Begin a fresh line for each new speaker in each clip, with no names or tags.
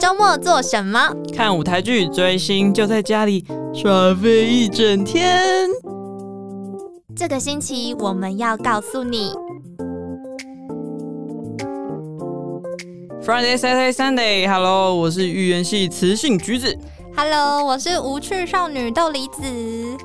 周末做什么？
看舞台剧、追星，就在家里耍废一整天。
这个星期我们要告诉你。
Friday, Saturday, Sunday，Hello，我是预言系雌性橘子。
Hello，我是无趣少女豆梨子。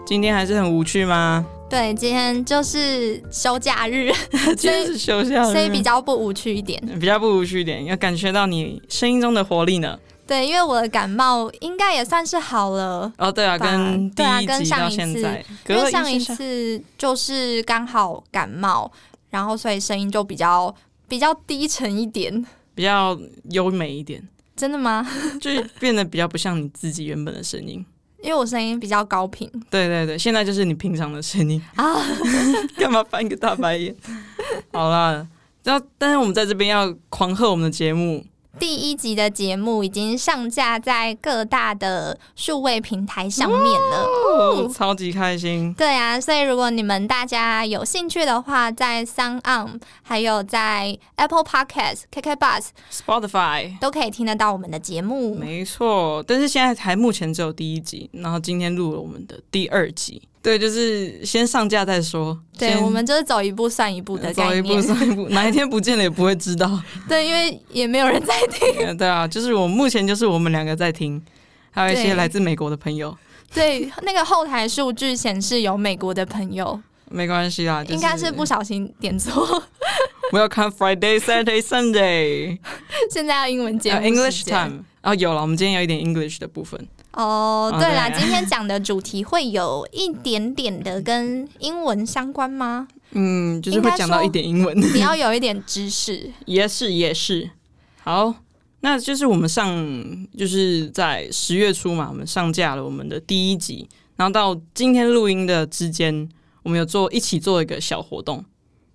今天还是很无 趣吗？
对，今天就是休假日，
今天是休假日，
所以比较不无趣一点。
比较不无趣一点，要感觉到你声音中的活力呢。
对，因为我的感冒应该也算是好了。
哦，对啊，
吧
跟第
对啊
一
跟
集
上
到
一
现
次
在，隔
因
了
为上一
下
次就是刚好感冒，然后所以声音就比较比较低沉一点。
比较优美一点，
真的吗？
就是变得比较不像你自己原本的声音。
因为我声音比较高频
对对对，现在就是你平常的声音。
啊。
干嘛翻个大白眼？ 好啦，那但是我们在这边要狂贺我们的节目，
第一集的节目已经上架在各大的数位平台上面了。
哦，超级开心。
对啊，所以如果你们大家有兴趣的话，在 s o n On 还有在 Apple Podcast、KK Bus
Spotify，
都可以听得到我们的节目。
没错，但是现在还目前只有第一集，然后今天录了我们的第二集。对，就是先上架再说。
对，
先
我们就是走一步算一步的
走
概
一步
念。
算一步，哪一天不见了也不会知道。
对，因为也没有人在听。
对啊，就是我目前就是我们两个在听，还有一些
对
来自美国的朋友。
对，那个后台数据显示有美国的朋友，
没关系啦，就
应该是不小心点错。
Welcome Friday, Saturday, Sunday。
现在要英文节目
呃、English
时间
time 啊、有了，我们今天有一点 English 的部分，
哦
哦，
对啦，
对
今天讲的主题会有一点点的跟英文相关 吗？
嗯，就是
应该
会讲到
说
一点英文，
你要有一点知识。
也是也是。好，那就是我们上就是在十月初嘛，我们上架了我们的第一集，然后到今天录音的之间，我们有做一起做一个小活动，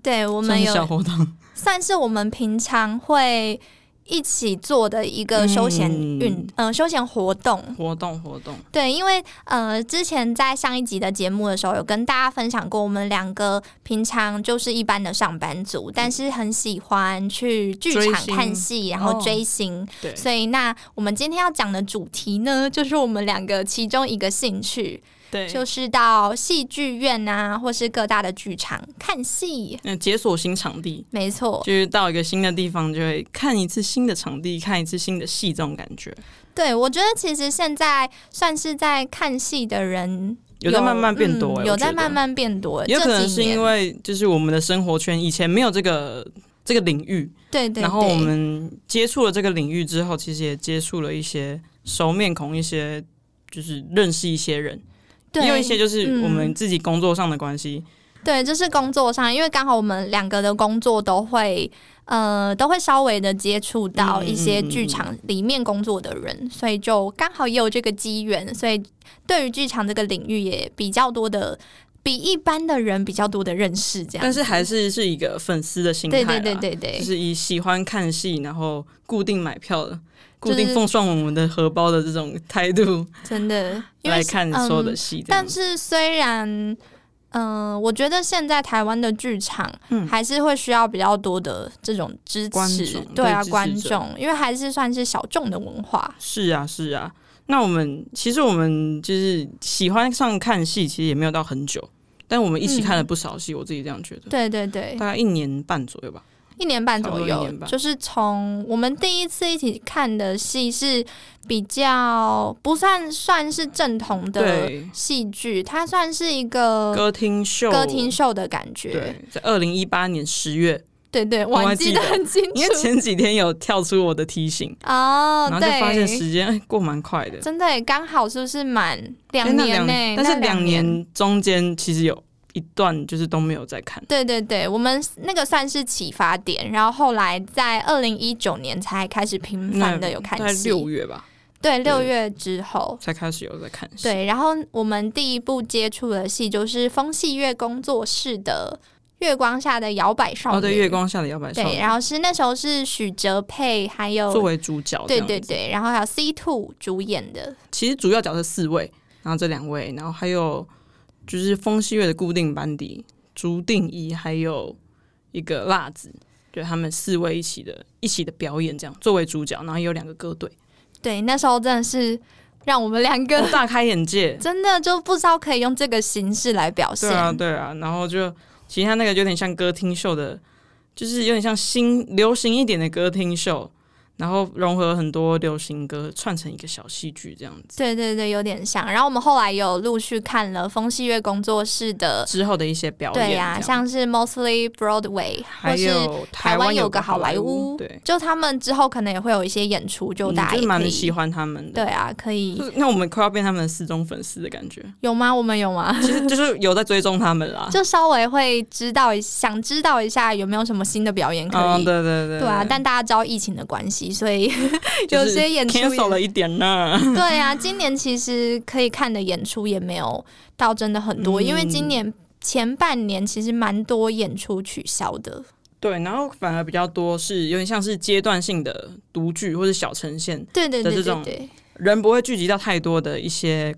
对，我
我
们
小
有
活动，
算是我们平常会一起做的一个休闲
嗯
运，呃，休闲 活动。
活动活动，
对，因为呃，之前在上一集的节目的时候，有跟大家分享过，我们两个平常就是一般的上班族，但是很喜欢去剧
追
场
星
看戏，然后
哦
追星。
对，
所以，那我们今天要讲的主题呢，就是我们两个其中一个兴趣，
对，
就是到戏剧院啊，或是各大的剧场看戏。
嗯，解锁新场地。
没错，
就是到一个新的地方，就会看一次新的场地，看一次新的戏，这种感觉
对我觉得其实现在算是在看戏的人
有在慢慢变多、
嗯
欸我
有
觉
在
得
慢慢变多。
也有可能
这几
是
年
因为就是我们的生活圈以前没有这个这个领域，
对对对，
然后我们接触了这个领域之后，其实也接触了一些熟面孔，一些就是认识一些人，
对
也有一些就是
嗯
我们自己工作上的关系，
对，就是工作上，因为刚好我们两个的工作都会，呃，都会稍微的接触到一些剧场里面工作的人，所以就刚好也有这个机缘，所以对于剧场这个领域也比较多的，比一般的人比较多的认识，这样。
但是还是是一个粉丝的心态
对
啦，
对对对对
就，是以喜欢看戏，然后固定买票的。固
就是
定奉送我们的荷包的这种态度
真的，因为
来看
嗯
所有的戏、这样
但是虽然，嗯、我觉得现在台湾的剧场
嗯
还是会需要比较多的这种支
观
持
众，
对啊，
对支持者
观众，因为还是算是小众的文化。
是啊，是啊。那我们其实我们就是喜欢上看戏，其实也没有到很久，但我们一起看了不少戏，我自己这样觉得，
对对嗯对，
大概一年半左右吧。
一年半左
差不多一
右
年，吧
就是从我们第一次一起看的戏是比较不算算是正统的
对，
戏剧，它算是一个
歌厅秀，
歌厅秀的感觉。
对，在二零一八年十月，
对对，我
我
还
还
记
记
得
得
很清
因
楚。
为前几天有跳出我的提醒，
哦
然，后就发
对，
现时间哎过蛮快的，
真的耶刚好是不是满两
哎那
年内？
但是
那
两
两年。
年中间其实有一段就是都没有在看，
对对对，我们那个算是启发点，然后后来在二零一九年才开始频繁嗯的有看
在
戏，
六月吧
对六
对
月之后，
才开始有在看戏，
对，然后我们第一部接触的戏就是风戏月工作室的《月光下的摇摆少女》。
哦对，月。光下的摇摆少
对，
女
然后是那时候是许哲佩还
作
有
为主角，
对对对，然后还有 C Two 主演的。
其实主要角色四位，然后这两位，然后还有就是风西月的固定班底朱定仪，还有一个辣子，对他们四位一起的一起的表演，这样作为主角，然后也有两个歌队，
对，那时候真的是让我们两个。
哦大开眼界
真的就不知道可以用这个形式来表现
对。啊，对啊，然后就其他那个有点像歌厅秀的，就是有点像新流行一点的歌厅秀，然后融合很多流行歌串成一个小戏剧这样子。
对对对，有点像。然后我们后来有陆续看了风戏乐工作室的，
之后的一些表演这样，
对呀、像是 Mostly Broadway，
还
或是
有
台
湾
湾有
个
个好莱
莱
坞
对，
就他们之后可能也会有一些演出，就
嗯
大家也可
蛮
以。
喜欢他们
对
的。
啊，可
就
以
是那我们快要变他们的死忠粉丝的感觉，
有吗？我们有 吗？
其实就是有在追踪他们 啦。
就稍微会知道一，想知道一下有没有什么新的表演可
嗯，
以。
对对对，
对啊，但大家知道疫情的关系，所以
就
有
是
些演出也
cancel 了一点呢。
对啊，今年其实可以看的演出也没有到真的很
嗯
多，因为今年前半年其实蛮多演出取消的。
对，然后反而比较多是有点像是阶段性的独剧或者小呈现，
对对
的
对
这种
对对，
人不会聚集到太多的一些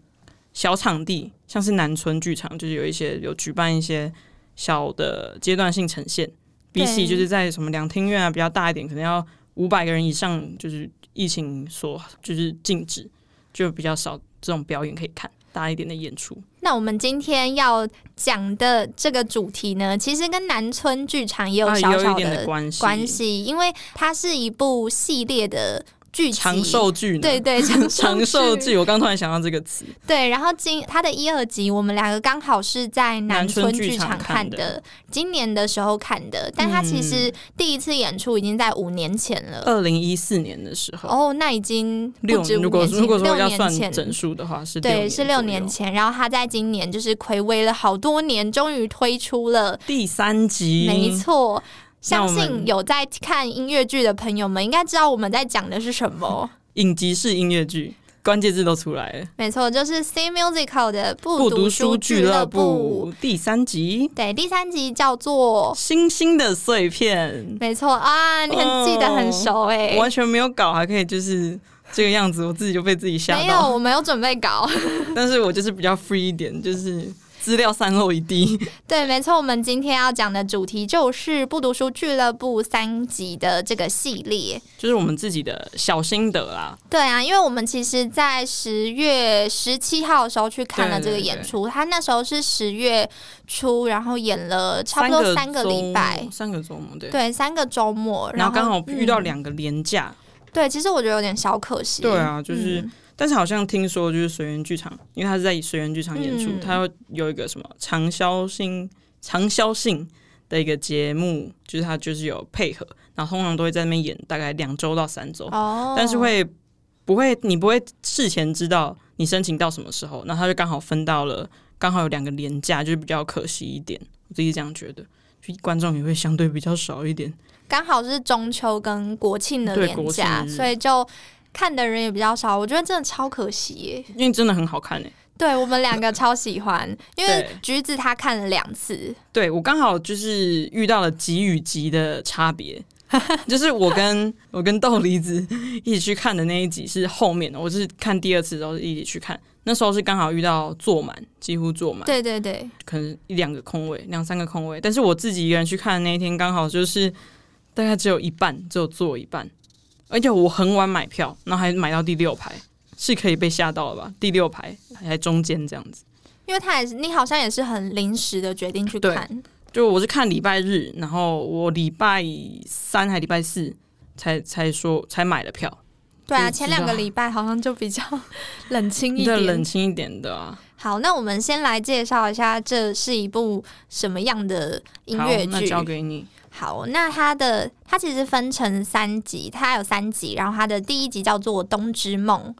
小场地，像是南村剧场，就是有一些有举办一些小的阶段性呈现，比起
对
就是在什么两厅院啊比较大一点，可能要五百个人以上，就是疫情所就是禁止，就比较少这种表演可以看，大一点的演出。
那我们今天要讲的这个主题呢，其实跟南村剧场也有
啊
小
有一
小
点的
的
关系，
关系，因为它是一部系列的剧集。
长寿剧呢
对对，长
长寿
剧
剧，我刚突然想到这个词，
对，然后今它的一二集，我们两个刚好是在南村剧场看
南村剧场看
的，今年的时候看的。但它其实第一次演出已经在五年前了，
二零一四年的时候，
哦，那已经
呃六
不止
如
五
果
年前，
如果说要
六
算
年
整
前。
数的话是六
对，是六
年
年
左右
前，然后他在今年就是暌违了好多年，终于推出了，
第三集，
没错。
那
相
我们
信有在看音乐剧的朋友们，应该知道我们在讲的是什 么。
影集式音乐剧，关键字都出来了。
没错，就是 C Musical 的不
不
读书
读书
俱
俱
乐
乐
部。
部第三集，
对，第三集叫做
星星的碎片，
没错啊，你很记得很
哦
熟哎、
完全没有搞，还可以就是这个样子，我自己就被自己吓
没有，
到。
我没有准备稿。
但是我就是比较 free 一点，就是资料散落一 地。
对，没错，我们今天要讲的主题就是不读书俱乐部三集的这个系列。
就是我们自己的小心得啦，
对啊，因为我们其实，在十月十七号的时候去看了这个
对对对
演出，他那时候是十月初，然后演了差不多三个礼拜
周，，三个周末对。
对，三个周末，
然后
后
刚好遇到、
嗯
两个连假，
对，其实我觉得有点小可惜。
对啊，就是，
嗯
但是好像听说就是水源剧场，因为他是在水源剧场演出
嗯，
他、会有一个什么长销性长销性的一个节目，就是他就是有配合，然后通常都会在那边演大概两周到三周，
哦，
但是会不会你不会事前知道你申请到什么时候，那他就刚好分到了，刚好有两个连假，就是比较可惜一点，我自己这样觉得。就观众也会相对比较少一点，
刚好是中秋跟国庆的
对
连
国庆
假，
日
所以就看的人也比较少。我觉得真的超可惜耶！
因为真的很好看诶、欸
对我们两个超喜欢，因为
对
橘子他看了两次，
对我刚好就是遇到了级与级的差别， 就是我跟我跟豆梨子一起去看的那一集是后面的，我是看第二次的时候一起去看，那时候是刚好遇到坐满，几乎坐满，
对对对，
可能一两个空位，两三个空位，但是我自己一个人去看的那一天刚好就是大概只有一半，只有坐一半，而且我很晚买票，然后还买到第六排，是可以被吓到了吧？第六排还中间这样子。
因为他也是你好像也是很临时的决定去
对
看，
就我是看礼拜日，然后我礼拜三还礼拜四才才说才买了票，
对啊，
橘子
前两个
啊
礼拜好像就比较 冷清一
比较
点。
冷清一点的啊。
好，那我们先来介绍一下，这是一部什么样的音
好
乐，
那
剧？
交给你。
好，那它的它其实分成三集，它有三集，然后它的第一集叫做《冬之梦》，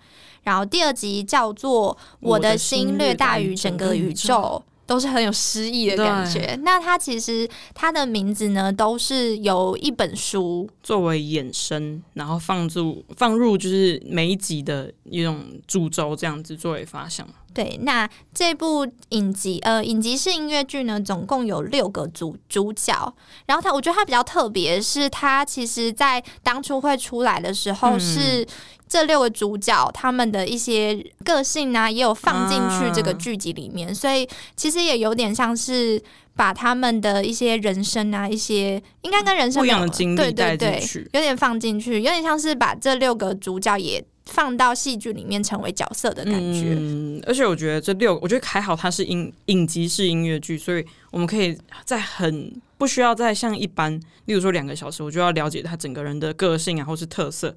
然后第二集叫做《我的心略大于整个宇宙》。都是很有诗意的感觉。那它其实它的名字呢，都是由一本书，
作为衍生，然后放入放入就是每一集的一种主轴这样子作为发想。
对，那这部影集呃影集式音乐剧呢，总共有六个主主角。然后它，我觉得它比较特别，是它其实在当初会出来的时候
嗯
是。这六个主角他们的一些个性啊，也有放进去这个
啊
剧集里面，所以其实也有点像是把他们的一些人生啊，一些应该跟人生
不一样
没有
的经历
对
带
对
进
对
去，
有点放进去，有点像是把这六个主角也放到戏剧里面成为角色的感觉。
嗯，而且我觉得这六，我觉得还好，它是音影集式音乐剧，所以我们可以在很不需要再像一般，例如说两个小时，我就要了解他整个人的个性啊，或是特色。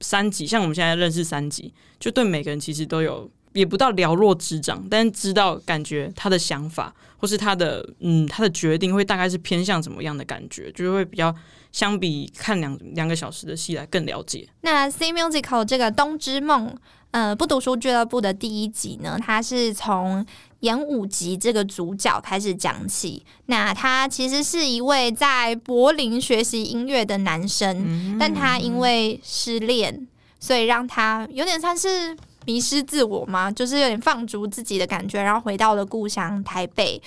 三集，像我们现在认识三集，就对每个人其实都有，也不到了若指掌，但是知道感觉他的想法，或是他的嗯他的决定会大概是偏向什么样的感觉，就会比较相比看两两个小时的戏来更了解。
那《C Musical》这个《冬之梦》呃不读书俱乐部的第一集呢，它是从演武吉这个主角开始讲起。那他其实是一位在柏林学习音乐的男生，但他因为失恋，所以让他有点像是。迷失自我嘛，就是有点放逐自己的感觉，然后回到了故乡台北，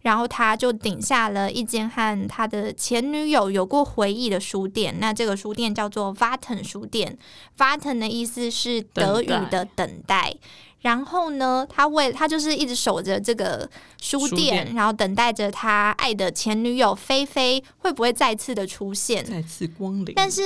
然后他就顶下了一间和他的前女友有过回忆的书店。那这个书店叫做 Vatten 书店，Vatten 的意思是德语的等待。然后呢，他为他就是一直守着这个书
书
店，
店
然后等待着他爱的前女友菲菲会不会再次的出现。
再次光临，
但是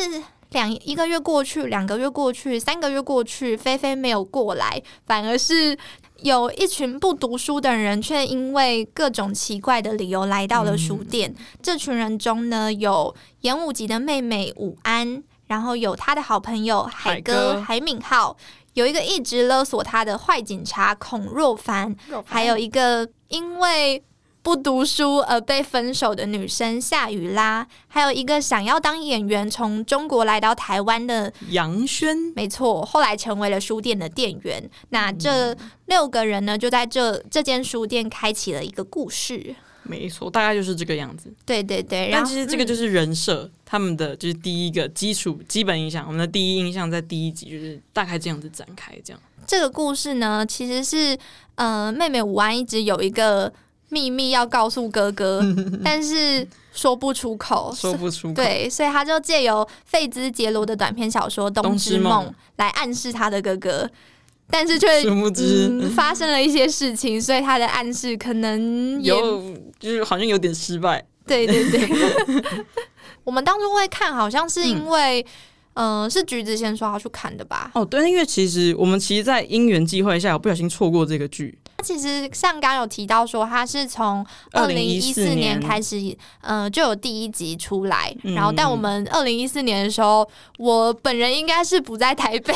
两一个月过去，两个月过去，三个月过去，菲菲没有过来，反而是有一群不读书的人，却因为各种奇怪的理由来到
嗯
了书店。这群人中呢，有演武吉的妹妹武安，然后有他的好朋友海
海哥
哥海敏浩。有一个一直勒索他的坏警察孔若凡，还有一个因为不读书而被分手的女生夏雨拉，还有一个想要当演员从中国来到台湾的，
杨轩
没错，后来成为了书店的店员。那
嗯
这六个人呢，就在这这间书店开启了一个故事。
没错，大概就是这个样子。
对对对，然
但
后
其实这个就是人设，他们的就是第一个基础基本印象，我们的第一印象在第一集就是大概这样子展开，这样
这个故事呢，其实是呃，妹妹武安一直有一个秘密要告诉哥哥， 但是说不出口，
说不出口。
对，所以他就借由费兹杰罗的短篇小说《冬
冬
之
之梦
梦》来暗示他的哥哥，但是却
殊不知
嗯、发生了一些事情，所以他的暗示可能
嗯
也
有就是好像有点失败，
对对 对。我们当初会看，好像是
嗯
因为，呃，是橘子先说他去看的吧？
哦，对，因为其实我们其实，在因缘际会下，有不小心错过这个剧。
他其实像刚有提到说，他是从二零一
2014
四年
年
开始，呃，就有第一集出来。
嗯
然后，但我们二零一四年的时候，我本人应该是不在台北，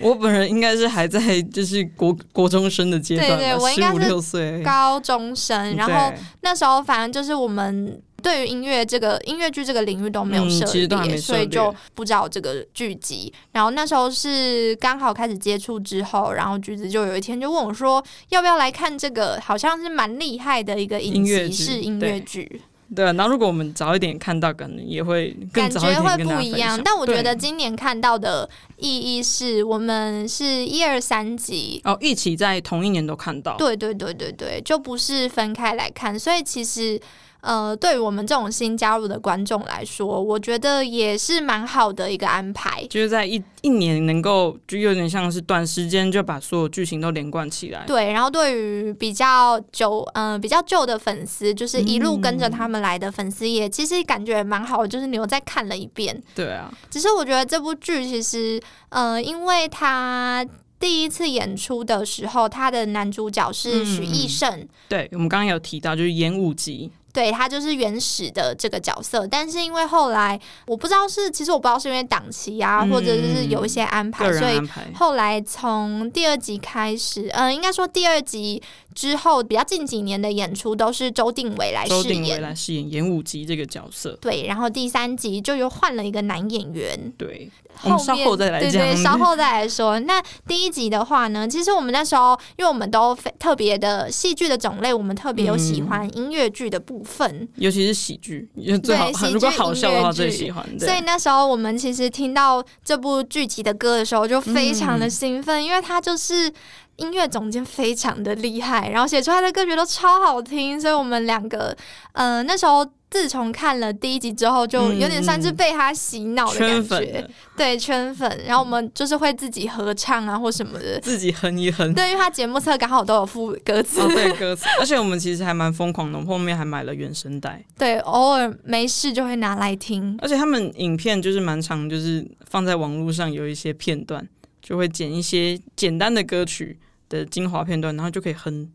我本人应该是还在就是国国中生的阶段
对对
吧，
我应
十
该
五
是
六岁，
高中生，然后
对
那时候反正就是我们对于音乐这个音乐剧这个领域都没有
嗯
涉
其实都还
猎，
没涉
所
猎
以就不知道这个剧集。然后那时候是刚好开始接触之后，然后橘子就有一天就问我说，要不要来看这个？好像是蛮厉害的一个影
音乐
集
剧
式音乐剧，
对。然后如果我们早一点看到，可能也会更
感
早一
觉
点
会
跟大
不
家
一
分
样
享。
但我觉
对
得今年看到的意义是我们是一二三集，
哦，一起在同一年都看到，
对对对对对，就不是分开来看，所以其实。呃，对于我们这种新加入的观众来说，我觉得也是蛮好的一个安排。
就是在一一年能够就有点像是短时间就把所有剧情都连贯起来。
对，然后对于比较久，嗯、比较旧的粉丝，就是一路跟着
嗯
他们来的粉丝也，其实感觉蛮好的，就是你又再看了一遍。
对啊，
只是我觉得这部剧其实，呃，因为他第一次演出的时候，他的男主角是许
嗯
义胜，
对我们刚刚有提到，就是演武集，
对他就是原始的这个角色，但是因为后来我不知道是，其实我不知道是因为档期啊，
嗯
或者是有一些安排，
个人
所以
安排。
后来从第二集开始，嗯、应该说第二集之后比较近几年的演出都是周定伟来
周
饰
定伟
演，
来饰演演武集这个角色。
对，然后第三集就又换了一个男演员，
对，我
后
们
面
哎稍后再来
对
讲
对，稍后再来说。那第一集的话呢，其实我们那时候，因为我们都非特别的戏剧的种类，我们特别有喜欢
嗯
音乐剧的部分。
尤其是喜剧，就最好
对喜剧
如果好笑的
音
话
乐剧
最喜欢。
所
对
以那时候我们其实听到这部剧集的歌的时候，就非常
嗯
的兴奋，因为他就是音乐总监非常的厉害，然后写出来的歌曲都超好听，所以我们两个，呃，那时候自从看了第一集之后，就有点算是被他洗脑的
嗯圈
感
粉
觉，
的
对圈粉，然后我们就是会自己合唱啊或什么的。
自己哼一哼。
对，因为他节目册刚好都有附歌词，
哦，对歌词，而且我们其实还蛮疯狂的，我们后面还买了原声带，
对，偶尔没事就会拿来听。
而且他们影片就是蛮长，就是放在网络上有一些片段，就会剪一些简单的歌曲的精华片段，然后就可以哼，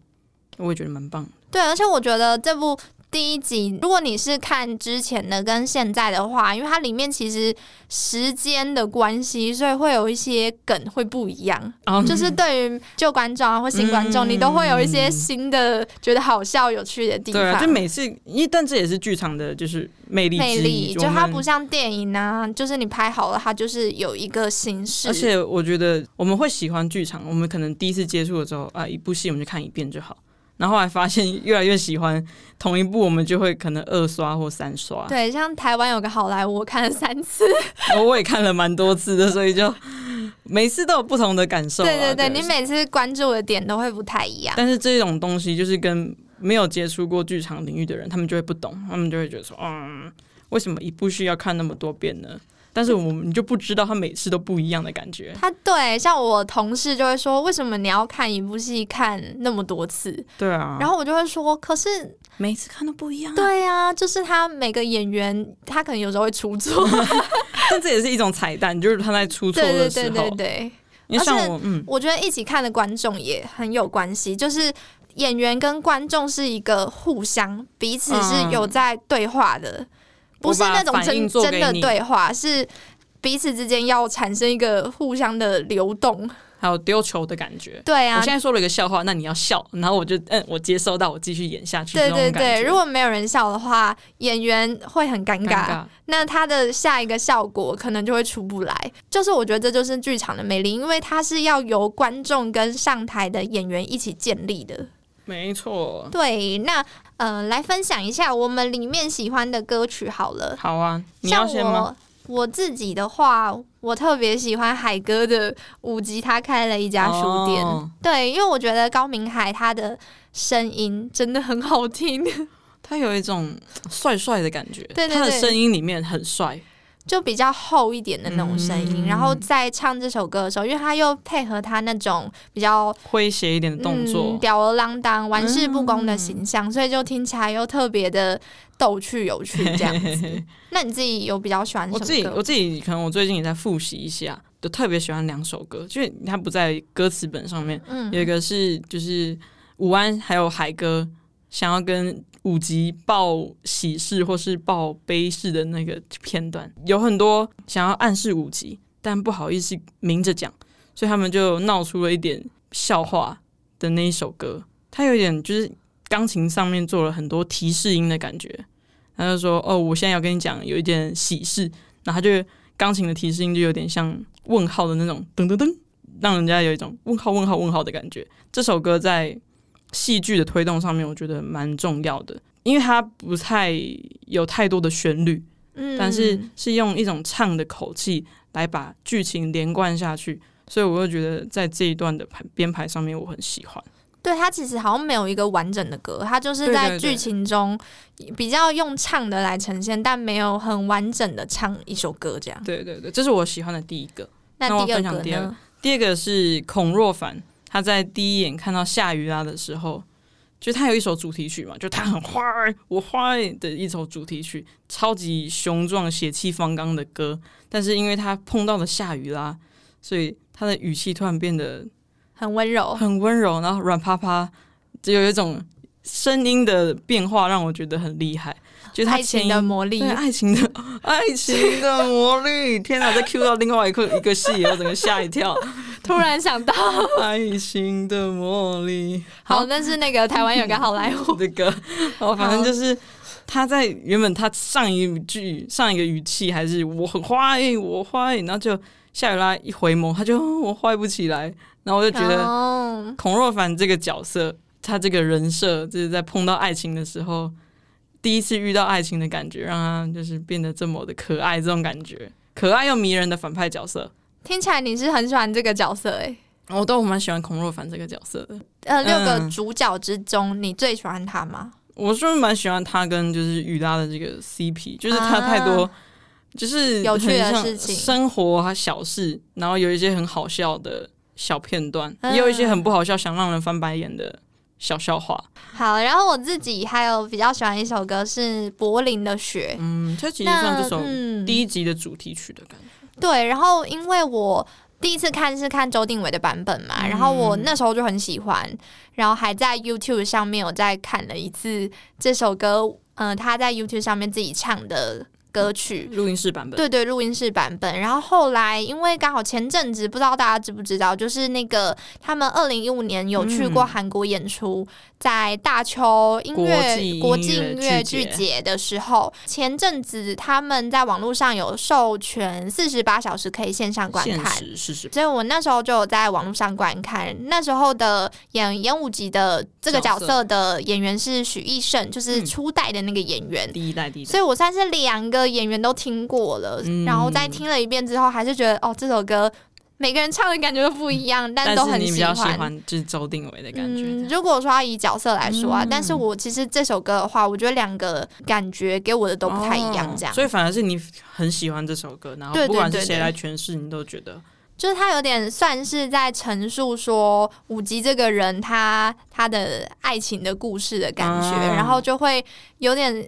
我也觉得蛮棒的。
对，而且我觉得这部第一集，如果你是看之前的跟现在的话，因为它里面其实时间的关系，所以会有一些梗会不一样。
哦
就是对于旧观众啊或新观众，
嗯
你都会有一些新的觉得好笑、有趣的地
对啊，就
方。
每次，因为但这也是剧场的，就是魅力之
魅
一
力就
我
它
们
不像电影啊，就是你拍好了，它就是有一个形式。
而且我觉得我们会喜欢剧场，我们可能第一次接触的时候啊，一部戏我们就看一遍就好。然后后来发现越来越喜欢同一部，我们就会可能二刷或三刷。
对，像台湾有个好莱坞，我看了三次。
然后 我也看了蛮多次的，所以就每次都有不同的感受啊、
对对对，你每次关注的点都会不太一样。
但是这种东西就是跟没有接触过剧场领域的人，他们就会不懂，他们就会觉得说，嗯，为什么一部戏要看那么多遍呢？但是我们就不知道他每次都不一样的感觉。
他对，像我同事就会说，为什么你要看一部戏看那么多次？
对啊，
然后我就会说，可是
每一次看都不一样、啊。
对呀、 就是他每个演员，他可能有时候会出错。
但这也是一种彩蛋，就是他在出错
对
的
对
时候，
对对对，
因为像
而
我，嗯，
我觉得一起看的观众也很有关系，就是。演员跟观众是一个互相，彼此是有在对话的，不是
嗯我把
那种
反
真
应做
真
给
的
你
对话，是彼此之间要产生一个互相的流动。
还有丢球的感觉。
对啊
我现，在说了一个笑话，那你要笑，然后我就嗯，我接收到，我继续演下去。
对
这
对
种感
对，
觉
如果没有人笑的话，演员会很尴
尴
尬，那他的下一个效果可能就会出不来。就是我觉得这就是剧场的魅力，因为它是要由观众跟上台的演员一起建立的。
嗯没错。
对，那呃，来分享一下我们里面喜欢的歌曲好了。
好啊，你要
像
先吗？
我我自己的话，我特别喜欢海哥的五级，他开了一家书店。
哦
对，因为我觉得高明海他的声音真的很好听，
他有一种帅帅的感觉，
对对对
他的声音里面很帅，
就比较厚一点的那种声音。
嗯
然后在唱这首歌的时候，因为他又配合他那种比较
诙谐一点的动作嗯
嗯、。吊儿郎当、玩世不恭的形象，所以就听起来又特别的逗趣、有趣这样 子。那你自己有比较喜欢
我
什
自己
么
我
歌？
自己可能我最近也在复习一下，就特别喜欢两首歌，就是它不在歌词本上面，
嗯
有一个是就是午安还有海哥想要跟五级报喜事或是报悲事的那个片段，有很多想要暗示五级，但不好意思明着讲，所以他们就闹出了一点笑话的那一首歌，它有一点就是钢琴上面做了很多提示音的感觉，他就说哦，我现在要跟你讲有一点喜事，然后他就钢琴的提示音就有点像问号的那种噔噔噔。让人家有一种问号问号问号的感觉。这首歌在戏剧的推动上面，我觉得蛮重要的，因为它不太有太多的旋律，
嗯
但是是用一种唱的口气来把剧情连贯下去，所以我就觉得在这一段的排编排上面，我很喜欢。
对他其实好像没有一个完整的歌，他就是
对
在
对对
剧情中比较用唱的来呈现，但没有很完整的唱一首歌这样。
对对对，这是我喜欢的第一个。那我
第二
分享
个
第二个
呢？
第二个是孔若凡，他在第一眼看到夏雨拉的时候，就他有一首主题曲嘛，就他很坏，我坏的一首主题曲，超级雄壮、血气方刚的歌。但是因为他碰到了夏雨拉，所以他的语气突然变得
很温柔，
很温柔，然后软趴趴，就有一种声音的变化，让我觉得很厉害。就是他
爱
前
情
一
的魔力
对。啊爱情的 爱情的魔力，天哪！再 Q 到另外一个一个戏，我整个吓一跳。
突然想到，
爱情的魔力，
好，但是那个台湾有个好莱坞，
这个，哦，反正就是他在原本他上一句上一个语气还是我很坏，我坏，然后就夏雨拉一回眸，他就哦我坏不起来，然 后我就觉得
哦
孔若凡这个角色，他这个人设就是在碰到爱情的时候，第一次遇到爱情的感觉，让他就是变得这么的可爱，这种感觉，可爱又迷人的反派角色，
听起来你是很喜欢这个角色诶、
我都蛮喜欢孔若凡这个角色的。
呃，六个
嗯
主角之中，你最喜欢他吗？
我是蛮喜欢他跟就是雨拉的这个 CP，就是他太多、
啊
就是
有趣的
很像
事情
生活啊小事，然后有一些很好笑的小片段，
嗯
也有一些很不好笑想让人翻白眼的小笑话。
好，然后我自己还有比较喜欢一首歌是柏林的雪，
嗯，这其实
那
算这首
嗯
第一集的主题曲的感觉。
对，然后因为我。第一次看是看周定伟的版本嘛，然后我那时候就很喜欢，然后还在 YouTube 上面我再看了一次这首歌，嗯、他在 YouTube 上面自己唱的歌曲。
录音室版本，
对对，录音室版本。然后后来，因为刚好前阵子，不知道大家知不知道，就是那个他们二零一五年有去过
嗯
韩国演出，在大邱音
国
乐
际
国
音
际
乐
音乐
剧
剧
节
节的时候，前阵子他们在网络上有授权四十八小时可以线上观
现
看，
实事实
所以我那时候就有在网络上观看。那时候的演演武集的这个角
角色
色的演员是许艺胜，就是
嗯
初代的那个演员。
第一代第一代
所以我算是两个演员都听过了，
嗯
然后再听了一遍之后，还是觉得哦，这首歌每个人唱的感觉都不一样，但都
但是
很
你比
喜
较喜
欢。
欢就是周定伟的感觉，
嗯，如果说要以角色来说啊，
嗯
但是我其实这首歌的话，我觉得两个感觉给我的都不太一样，
哦
这样、
所以反而是你很喜欢这首歌，然后
对
不管
对对
是谁
对
来诠释，你都觉得
就是他有点算是在陈述说武吉这个人他他的爱情的故事的感觉，
啊
然后就会有点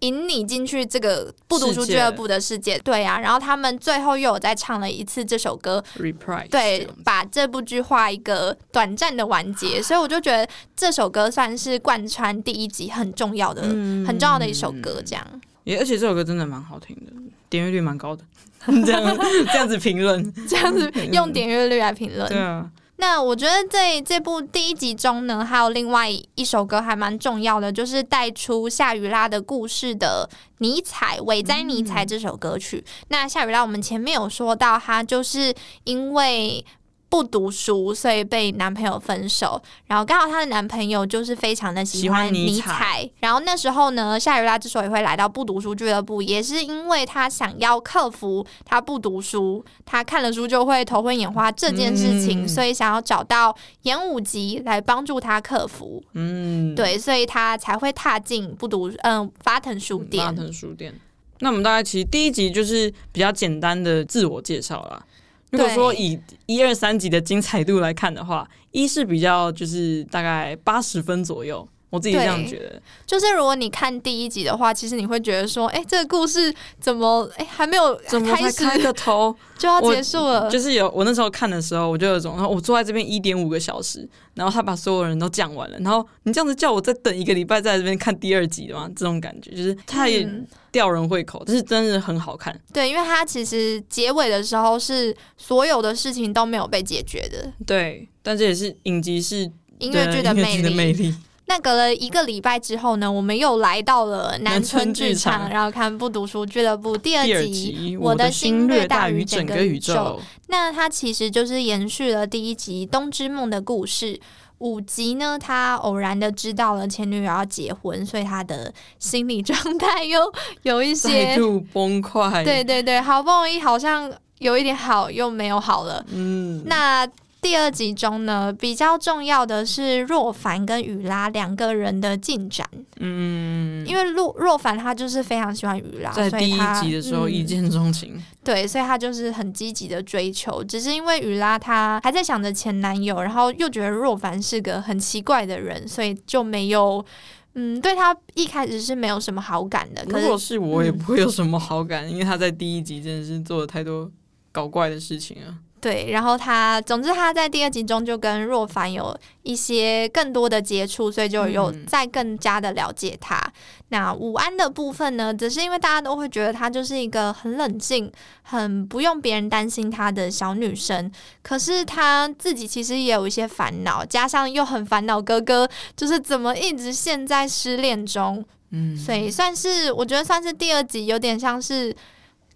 引你进去这个不读书
世界
俱乐部的世界，对啊，然后他们最后又有再唱了一次这首歌，
哎 reprise 这
对
样，
把这部剧画一个短暂的完 结，所以我就觉得这首歌算是贯穿第一集很重要的、
嗯
很重要的一首歌，这 样。
也而且这首歌真的蛮好听的，点阅率蛮高的， 这样这样子评论，
这样子用点阅率来评论，
对啊，
那我觉得在这部第一集中呢，还有另外一首歌还蛮重要的，就是带出夏雨拉的故事的《尼采》《伟哉尼采》这首歌曲。那夏雨拉，我们前面有说到，她就是因为。不读书，所以被男朋友分手。然后刚好她的男朋友就是非常的喜
喜
欢
欢尼
尼
采
采。然后那时候呢，夏雨拉之所以会来到不读书俱乐部，也是因为她想要克服她不读书，她看了书就会头昏眼花这件事情，
嗯
所以想要找到演武集来帮助她克服。
嗯，
对，所以她才会踏进不读嗯法腾书
拉
店。
腾书店。那我们大概其实第一集就是比较简单的自我介绍啦。如果说
对
以一二三集的精彩度来看的话，一是比较就是大概八十分左右，我自己这样
对
觉得。
就是如果你看第一集的话，其实你会觉得说，哎、这个故事怎么哎、还没有
怎么
开
才
始
开个头？
就要
我
结束了？
就是有我那时候看的时候，我就有种，然后我坐在这边一点五个小时，然后他把所有人都讲完了，然后你这样子叫我再等一个礼拜再来这边看第二集的嘛，这种感觉就是太
嗯
吊人胃口，但是真的很好看。
对，因为它其实结尾的时候是所有的事情都没有被解决的
对，但这也是影集是
音乐剧
对啊
的
音
魅
的
力。
魅力。
那隔了一个礼拜之后呢，我们又来到了南村剧
南村剧
场，
场
然后看不读书俱乐部第二
第二
集。
集，
我的心
心
略大
大
于
于
整
整
个
个
宇
宇
宙，那它其实就是延续了第一集《冬之梦》的故事。五集呢，他偶然的知道了前女友要结婚，所以他的心理状态又有一
再
些，
度崩溃。
对，对对，好不容易好像有一点好，又没有好了。
嗯，
那第二集中呢，比较重要的是若凡跟雨拉两个人的进展，
嗯，
因为若若凡他就是非常喜欢雨拉，
在
所
第
以
一
他
集的时候
嗯
一见钟情，
对，所以他就是很积极的追求，只是因为雨拉她还在想着前男友，然后又觉得若凡是个很奇怪的人，所以就没有。嗯，对他一开始是没有什么好感的，可
如
是
果是我，也
嗯
不会有什么好感，因为他在第一集真的是做了太多搞怪的事情啊。
对，然后他，总之他在第二集中就跟若凡有一些更多的接触，所以就有
嗯
再更加的了解他。那午安的部分呢，只是因为大家都会觉得她就是一个很冷静、很不用别人担心她的小女生，可是她自己其实也有一些烦恼，加上又很烦恼哥哥就是怎么一直陷在失恋中，
嗯，
所以算是我觉得算是第二集有点像是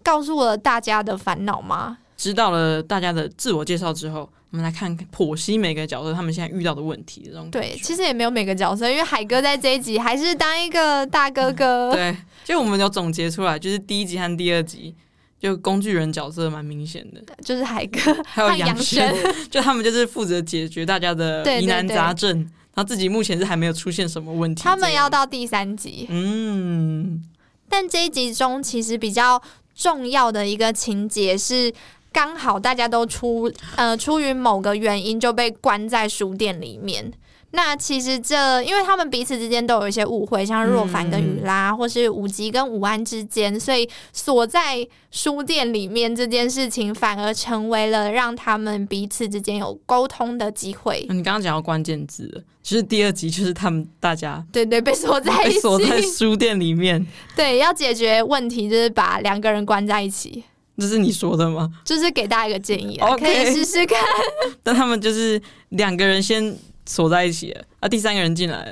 告诉了大家的烦恼吗？
知道了大家的自我介绍之后，我们来看看剖析每个角色他们现在遇到的问题的这种感
对，
觉。
其实也没有每个角色，因为海哥在这一集还是当一个大哥哥。
对，就我们有总结出来，就是第一集和第二集。就工具人角色蛮明显的，
就是海哥，
还有
和
杨
杨
轩
轩，
就他们就是负责解决大家的
对对
疑难
对
杂症，然后自己目前是还没有出现什么问题这
他
样。
们要到第三集，
嗯，
但这一集中其实比较重要的一个情节是，刚好大家都出呃出于某个原因就被关在书店里面。那其实这，因为他们彼此之间都有一些误会，像若凡跟雨
嗯
拉，或是武吉跟武安之间，所以锁在书店里面这件事情，反而成为了让他们彼此之间有沟通的机会。
你刚刚讲到关键字了，其实第二集就是他们大家
对对，被锁在一
被锁在
起，
书店里面，
对，要解决问题就是把两个人关在一起，
这是你说的吗？
就是给大家一个建议啊
OK
可以试试看。
但他们就是两个人先锁在一起了，啊，第三个人进来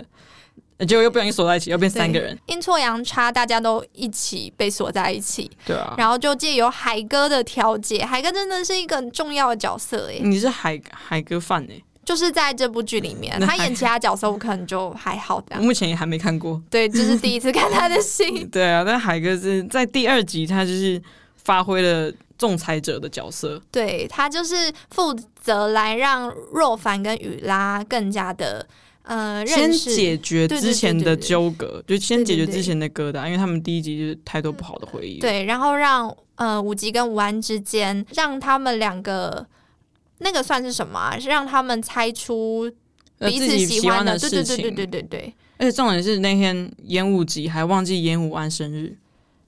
了，结果又不小心锁在一起，又变三个人，
阴错阳差，大家都一起被锁在一起，
对啊。
然后就借由海哥的调解，海哥真的是一个很重要的角色诶，
你是海海哥范哎、
就是在这部剧里面，
那嗯
他
还
演其他角色我可能就还好这
我
样。
目前也还没看过。，
对，这、是第一次看他的戏
对啊，但海哥是在第二集，他就是发挥了仲裁者的角色。
对他就是负责来让若凡跟雨拉更加的呃
先
认识。
解决之前
对对对对
的
对
纠葛，就先解决
对对对
之前的疙瘩，因为他们第一集就是太多不好的回忆。，
对，然后让呃武吉跟武安之间，让他们两个那个算是什么、啊？是让他们猜出彼
呃自
此
己
喜欢
欢
的，对对
事
对
情。
对对对对。
而且重点是那天演武吉还忘记演武安生日，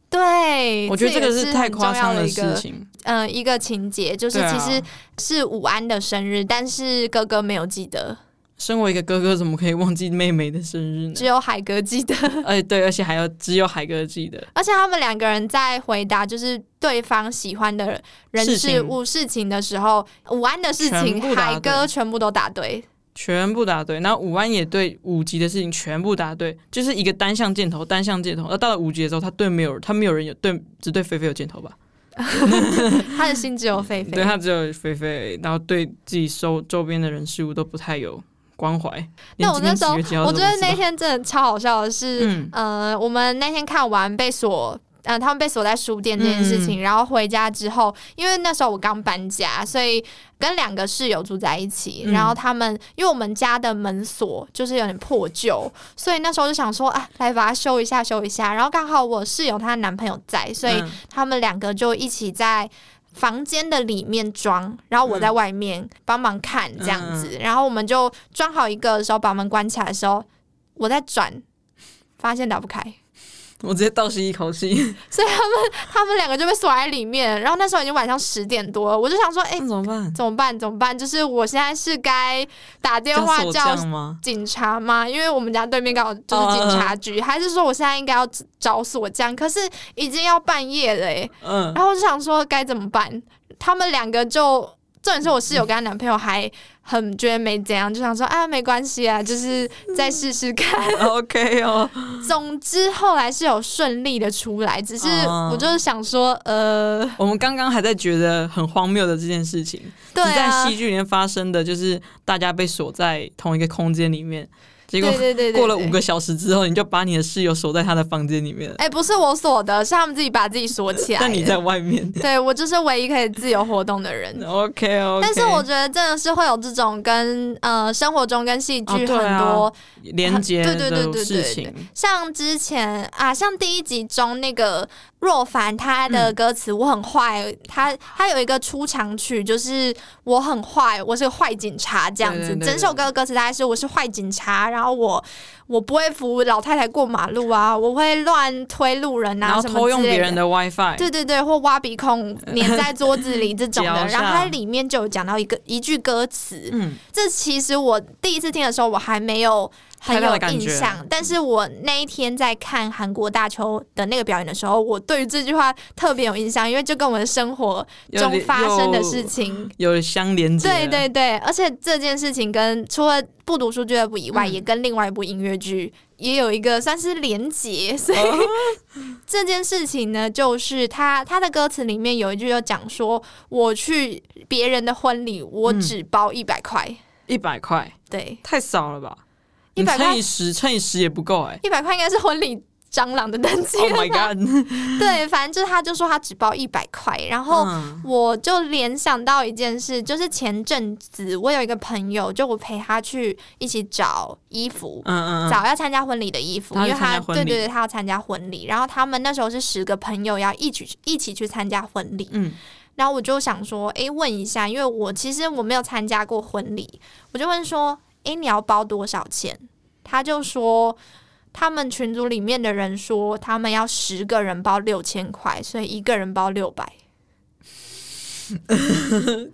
对，
我觉得这
这也
个是
是
太
很
夸
重要
张
的
的
一
事
个
情。
呃一个情节，就是
对啊
其实是武安的生日，但是哥哥没有记得，
身为一个哥哥，怎么可以忘记妹妹的生日呢
只？有海哥记得。
而且对，而且还要只有海哥记得。
而且他们两个人在回答就是对方喜欢的人
事
事
情
物事情的时候，武安的事
全部
情，
答
海哥全部都答对。
全部答对，然后五安也对五级的事情全部答对，就是一个单向箭头，单向箭头。那呃到了五级的时候，他对没有他没有人有对，只对菲菲有箭头吧？
他的心只 有狒狒，
对他只有菲菲，然后对自己周周边的人事物都不太有关怀。
那我那时候，
连今天几月几号
我
都
觉
不知道
得那天真的超好笑的是，
嗯
呃，我们那天看完被锁。呃，他们被锁在书店这件事
嗯
情，然后回家之后，因为那时候我刚搬家，所以跟两个室友住在一起。
嗯
然后他们因为我们家的门锁就是有点破旧，所以那时候就想说啊，来把它修一下，修一下。然后刚好我室友她的男朋友在，所以
嗯
他们两个就一起在房间的里面装，然后我在外面帮忙看这样子。然后我们就装好一个的时候，把门关起来的时候，我在转，发现打不开，
我直接倒吸一口气，
所以他们他们两个就被锁在里面。然后那时候已经晚上十点多了，我就想说，哎、
那怎么办？
怎么办？怎么办？就是我现在是该打电话
叫
叫
手杖吗？
警察吗？因为我们家对面刚好就是警察局，还是说我现在应该要找锁匠？可是已经要半夜了诶、
嗯，
然后我就想说该怎么办？他们两个就，重点是我室友跟她男朋友还很觉得没怎样，就想说啊没关系啊，就是再试试看。
OK 哦，
总之后来是有顺利的出来，只是
嗯
我就是想说，呃，
我们刚刚还在觉得很荒谬的这件事情，
对
只在
啊，
戏剧里面发生的，就是大家被锁在同一个空间里面，结
对
果
对对对，
过了
对
五。个小时之后，你就把你的室友锁在他的房间里面，
哎、不是我锁的，是他们自己把自己锁起来的。
但你在外面。
对我就是唯一可以自由活动的人。
OK OK，
但是我觉得真的是会有这种跟呃生活中跟戏剧很
哦对啊
多、
连 接
对对对
的
对对
事
对
情，
像之前啊，像第一集中那个若凡他的歌词“我很坏”，他他有一个出场曲，就是“我很坏，我是个坏警察”这样子。
对对对对
整首歌的歌词大概是“我是坏警察”，然后我我不会扶老太太过马路啊，我会乱推路人
然
啊，
后
什
偷
么之
用别
类
人
的。
的 WiFi，
对对对，或挖鼻孔粘 在桌子里这种的，
嚼下
然后它里面就有讲到一个一句歌词，
嗯，
这其实我第一次听的时候，我还没有很
太大
有
的感
印
觉
象，但是我那一天在看韩国大邱的那个表演的时候，我对于这句话特别有印象，因为就跟我的生活
有
中发生的
有
事 情。
有相连接，
对对对，而且这件事情跟除了不读书俱乐部以外，
嗯
也跟另外一部音乐剧也有一个算是连结，所以、
哦
这件事情呢，就是他他的歌词里面有一句就讲说，我去别人的婚礼，我
嗯
只包一百块，
一百块
对。
太少了吧？
100
你
块
乘以十，乘以十也不够哎。
一百块应该是婚礼蟑螂的等级
Oh my god！
对，反正就是他就说他只包一百块，然后。
嗯
我就联想到一件事，就是前阵子我有一个朋友，就我陪他去一起找衣服，
嗯嗯嗯，
找要参加婚礼的衣服，因
他
为
要参加
他
婚
对
礼
对对，他要参加婚礼，然后他们那时候是十个朋友要一起一起去参加婚礼，
嗯
然后我就想说，诶，问一下，因为我其实我没有参加过婚礼，我就问说，诶，你要包多少钱？他就说，他们群组里面的人说，他们要十个人包六千块，所以一个人包六百。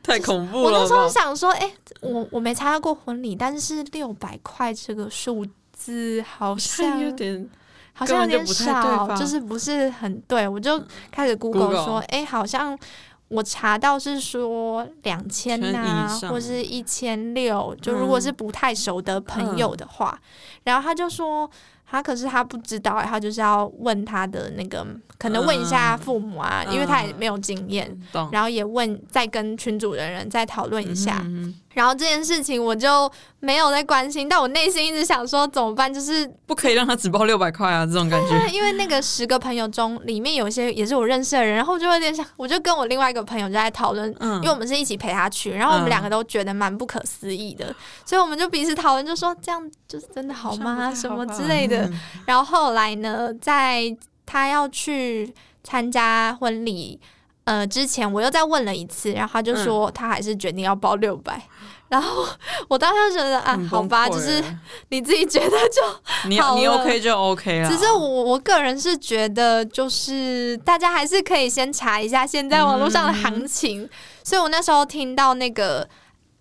太恐怖
我那
了
时候
吧！
想说，诶，我我没参加过婚礼，但是六百块这个数字好像
有点
好像有点
根本就
少
不太对，吧
就是不是很对。我就开始 Google
Google
说，哎、好像我查到是说两千呐
以，上嗯
或是一千六，就如果是不太熟的朋友的话，然后他就说。他可是他不知道、他就是要问他的那个，可能问一下父母啊，
嗯
因为他也没有经验，
懂。
然后也问，再跟群主的人再讨论一下。
嗯哼
然后这件事情我就没有在关心，但我内心一直想说怎么办，就是
不可以让他只包六百块啊，这种感觉。
对，因为那个十个朋友中，里面有一些也是我认识的人，然后我就有点想，我就跟我另外一个朋友就在讨论，
嗯
因为我们是一起陪他去，然后我
嗯
们两个都觉得蛮不可思议的，所以我们就彼此讨论，就说这样就是真的好吗？什么之类的。
嗯
然后后来呢，在他要去参加婚礼。呃，之前我又再问了一次，然后他就
嗯
说他还是决定要包六百、然后我当时就觉得啊
很，
好吧，
崩
就
溃
是
欸
你自己觉得就
你
好
你
了
OK 就 OK 啦。
只是我我个人是觉得，就是大家还是可以先查一下现在网络
嗯
上的行情。所以我那时候听到那个，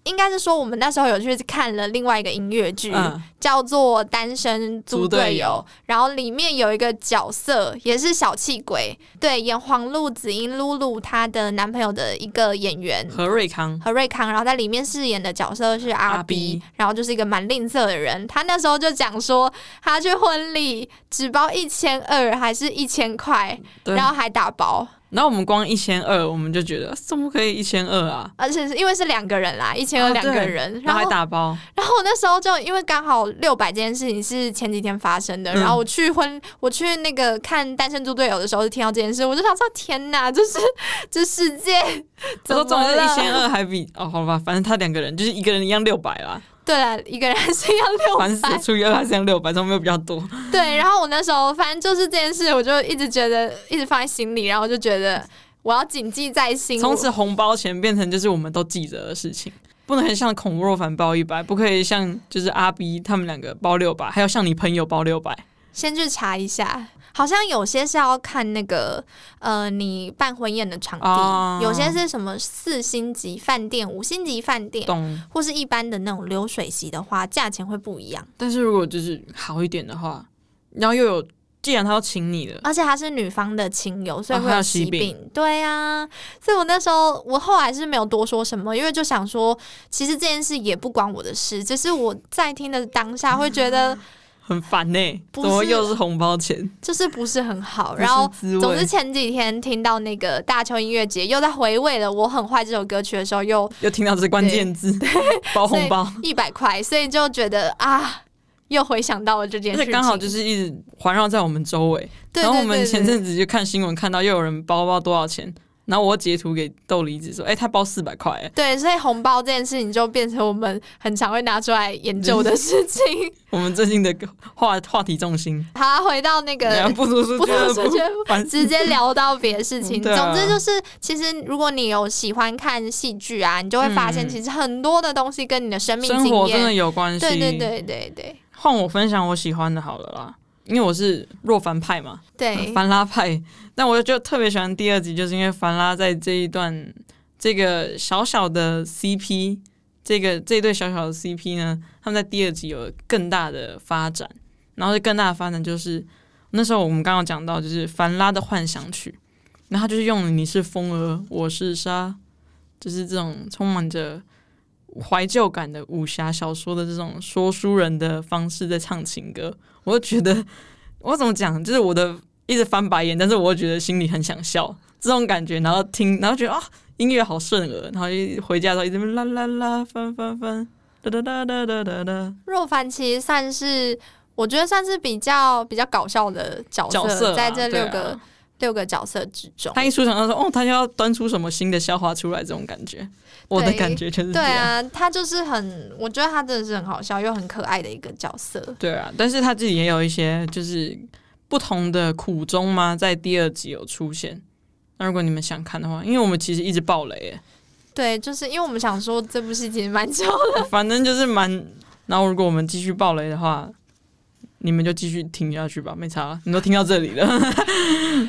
应该是说我们那时候有去看了另外一个音乐剧，
嗯
叫做《单身
猪
猪
队
队
友
友》，然后里面有一个角色也是小气鬼，对，演黄璐、子英、露露她的男朋友的一个演员，
何瑞康，
何瑞康，然后在里面饰演的角色是阿
B
B，然后就是一个蛮吝啬的人。他那时候就讲说，他去婚礼只包一千二还是一千块，
对
然后还打包，
然后我们光一千二，我们就觉得啊怎么可以一千二啊？
而且是因为是两个人啦，一千
哦
二
对
两个人，
然
然
后还
后
打包，
然后我那时候就因为刚好六百这件事情是前几天发生的，
嗯
然后我去婚我去那个看《单身猪队友》的时候就听到这件事，我就想说天哪，就是 这世界
我
怎
说
么
总之一千
了？
二还比哦，好吧，反正他两个人就是一个人一样六百啦，
对了，一个人还是要六
反
百
正。除以二还是一样六百，总没有比较多。
对，然后我那时候反正就是这件事，我就一直觉得一直放在心里，然后就觉得我要谨记在心。
从此红包钱变成就是我们都记着的事情，不能像孔若凡包一百，不可以像就是阿 B 他们两个包六百，还有像你朋友包六百。
先去查一下，好像有些是要看那个呃你办婚宴的场地，
哦
有些是什么四星级饭店、五星级饭店，
懂？
或是一般的那种流水席的话，价钱会不一样。
但是如果就是好一点的话，然后又有，既然他要请你了，
而且他是女方的亲友，所以
哦
会
还有
有
喜
喜
饼
饼。对啊，所以我那时候我后来是没有多说什么，因为就想说，其实这件事也不关我的事，只是我在听的当
嗯
下会觉得
很烦呢、怎
不是
么又是红包钱？
就是不是很好。
不是
然后，
滋味
总之前几天听到那个大邱音乐节又在回味了《我很坏》这首歌曲的时候，又
又听到这关键字， 包哦红包，
一百块，所以就觉得啊。又回想到了这件
而
事
且
情，
刚好就是一直环绕在我们周围。
对
然后我
对
们
对
前
对，
阵子就看新闻，看到又有人包包多少钱，然后我截图给豆梨子说：“哎、他包四百块。欸
对，所以红包这件事情就变成我们很常会拿出来研究
嗯
的事情。”
我们最近的话话题重心，
好，回到那
然
个
后，不读书
不
俱乐
是
部
我觉，得
反
直接聊到别的事情。
对啊
总之就是，其实如果你有喜欢看戏剧啊，你就会发现，
嗯
其实很多的东西跟你的生命
生
经
活真的
验，
有关系。
对对，对对对
换我分享我喜欢的好了啦，因为我是若凡派嘛，
对，
凡拉派。但我就特别喜欢第二集，就是因为凡拉在这一段这个小小的 CP，这个这对小小的 CP 呢，他们在第二集有更大的发展。然后这更大的发展就是那时候我们刚刚讲到，就是凡拉的幻想曲，然后他就是用你是风儿，我是沙，就是这种充满着。怀旧感的武侠小说的这种说书人的方式在唱情歌，我就觉得我怎么讲，就是我的一直翻白眼，但是我又觉得心里很想笑，这种感觉，然后听，然后觉得啊，音乐好顺耳，然后一回家之后一直啦啦啦翻翻翻，哒哒哒哒哒哒哒，
若凡其实算是。我觉得算是比较比较搞笑的角色，
角色啊
在这六
对
个、
啊
六个角色之中，
他一出场，他说哦，他就要端出什么新的笑话出来，这种感觉，我的感觉就是这
对
样。
啊，他就是很，我觉得他真的是很好笑又很可爱的一个角色。
对啊，但是他自己也有一些就是不同的苦衷嘛，在第二集有出现。那如果你们想看的话，因为我们其实一直爆雷耶，
对，就是因为我们想说这部戏其实蛮久的，
反正就是蛮。然后如果我们继续爆雷的话，你们就继续听下去吧，没差了，你都听到这里了。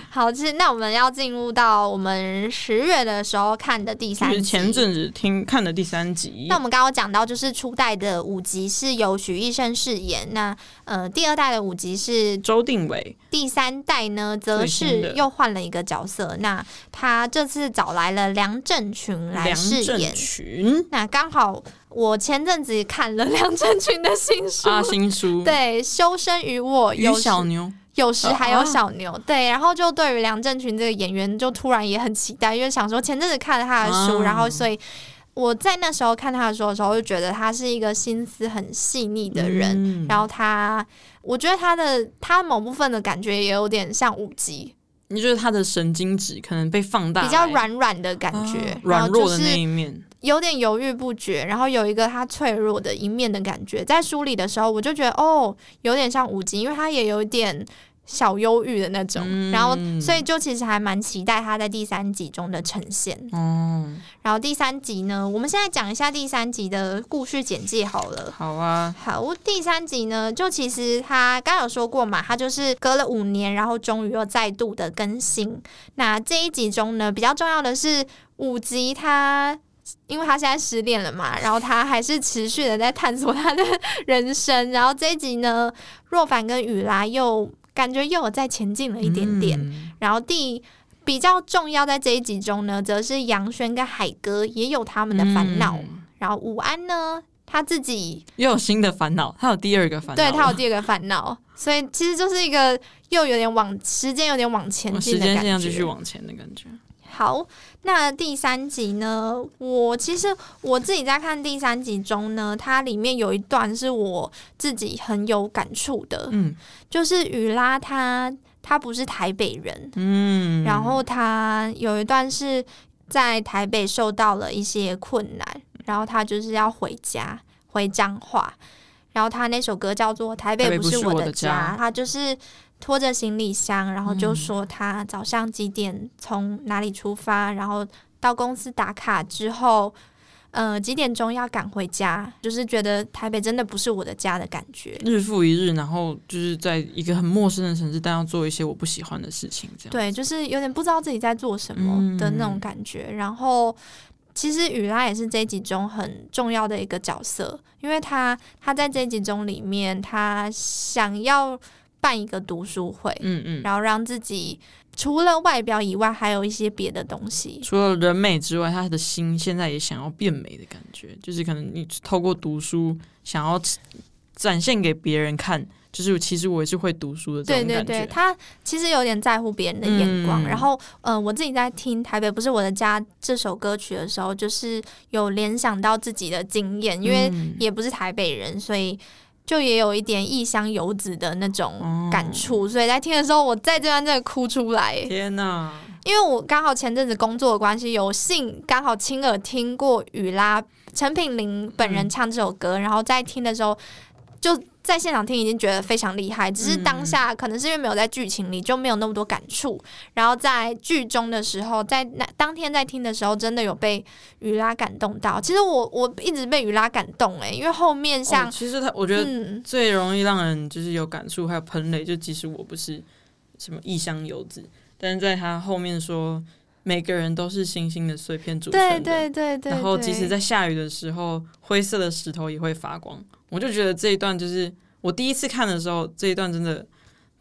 好，其实那我们要进入到我们十月的时候看的第
就
三
是
集。
前阵子听看的第三集
那，我们刚刚讲到，就是初代的五集是由许医生饰演，那呃第二代的五集是
周定伟，
第三代呢，则
最新
是
的
又换了一个角色。那他这次找来了梁正群来
梁
饰
正
演。
群
那刚好我前阵子看了 梁正群的新书，
阿新书，
对，修身于我，
于
有时
小牛，
有时还有
啊
小牛，对，然后就对于梁振群这个演员，就突然也很期待，因为想说前阵子看了他的书，
啊
然后所以我在那时候看他的书的时候，就觉得他是一个心思很细腻的人。
嗯
然后他，我觉得他的他某部分的感觉也有点像舞姬，
你觉得他的神经质可能被放大，
比较软软的感
啊
觉，然后
软弱的
就
那
是
一面，
有点犹豫不决，然后有一个他脆弱的一面的感觉。在梳理的时候，我就觉得哦，有点像舞姬，因为他也有一点小忧郁的那种，
嗯
然后所以就其实还蛮期待他在第三集中的呈现。
哦，
然后第三集呢，我们现在讲一下第三集的故事简介好了。
好啊，
好，第三集呢，就其实他刚有说过嘛，他就是隔了五年，然后终于又再度的更新。那这一集中呢，比较重要的是五集他。因为他现在失恋了嘛，然后他还是持续的在探索他的人生。然后这一集呢，若凡跟雨拉又感觉又有再前进了一点点。
嗯
然后第比较重要在这一集中呢，则是杨轩跟海哥也有他们的烦恼。
嗯
然后午安呢，他自己
又有新的烦恼，他有第二个烦恼
对
了，
他有第二个烦恼，所以其实就是一个又有点往时间有点往前
我
进
哦时
的
间
感
线要继续
觉。
往前的感觉。
好，那第三集呢？我其实我自己在看第三集中呢，它里面有一段是我自己很有感触的，
嗯
就是雨拉她她不是台北人，
嗯，
然后她有一段是在台北受到了一些困难，然后她就是要回家回彰化，然后她那首歌叫做《台北
台北
不
不
是
是
我
我
的
的
家》，
家
她就是拖着行李箱，然后就说她早上几点从哪里出发，然后到公司打卡之后。呃，几点钟要赶回家？就是觉得台北真的不是我的家的感觉。
日复一日，然后就是在一个很陌生的城市，但要做一些我不喜欢的事情，这样。
对，就是有点不知道自己在做什么的那种感觉。然后，其实雨拉也是这一集中很重要的一个角色，因为她她在这一集中里面，她想要办一个读书会，
嗯嗯。
然后让自己除了外表以外，还有一些别的东西。
除了人美之外，他的心现在也想要变美的感觉，就是可能你透过读书想要展现给别人看，就是其实我也是会读书的这
对
种
对
感觉。
对，她其实有点在乎别人的眼光。
嗯
然后，呃，我自己在听《台北不是我的家》这首歌曲的时候，就是有联想到自己的经验，因为
嗯
也不是台北人，所以就也有一点异乡游子的那种感触，所以在听的时候，我在这段真的哭出来耶，
天哪，
因为我刚好前阵子工作的关系，有幸刚好亲耳听过雨拉陈品玲本人唱这首歌，然后在听的时候就。在现场听已经觉得非常厉害，只是当下
嗯
可能是因为没有在剧情里就没有那么多感触，然后在剧中的时候，在那当天在听的时候，真的有被雨拉感动到。其实我我一直被雨拉感动欸诶、因为后面像、
哦其实他，我觉得
嗯，
最容易让人就是有感触，还有喷泪。就即使我不是什么异乡游子，但是在他后面说，每个人都是星星的碎片组成
对
的。
对对对，
然后即使
对
在下雨的时候，灰色的石头也会发光。我就觉得这一段就是我第一次看的时候，这一段真的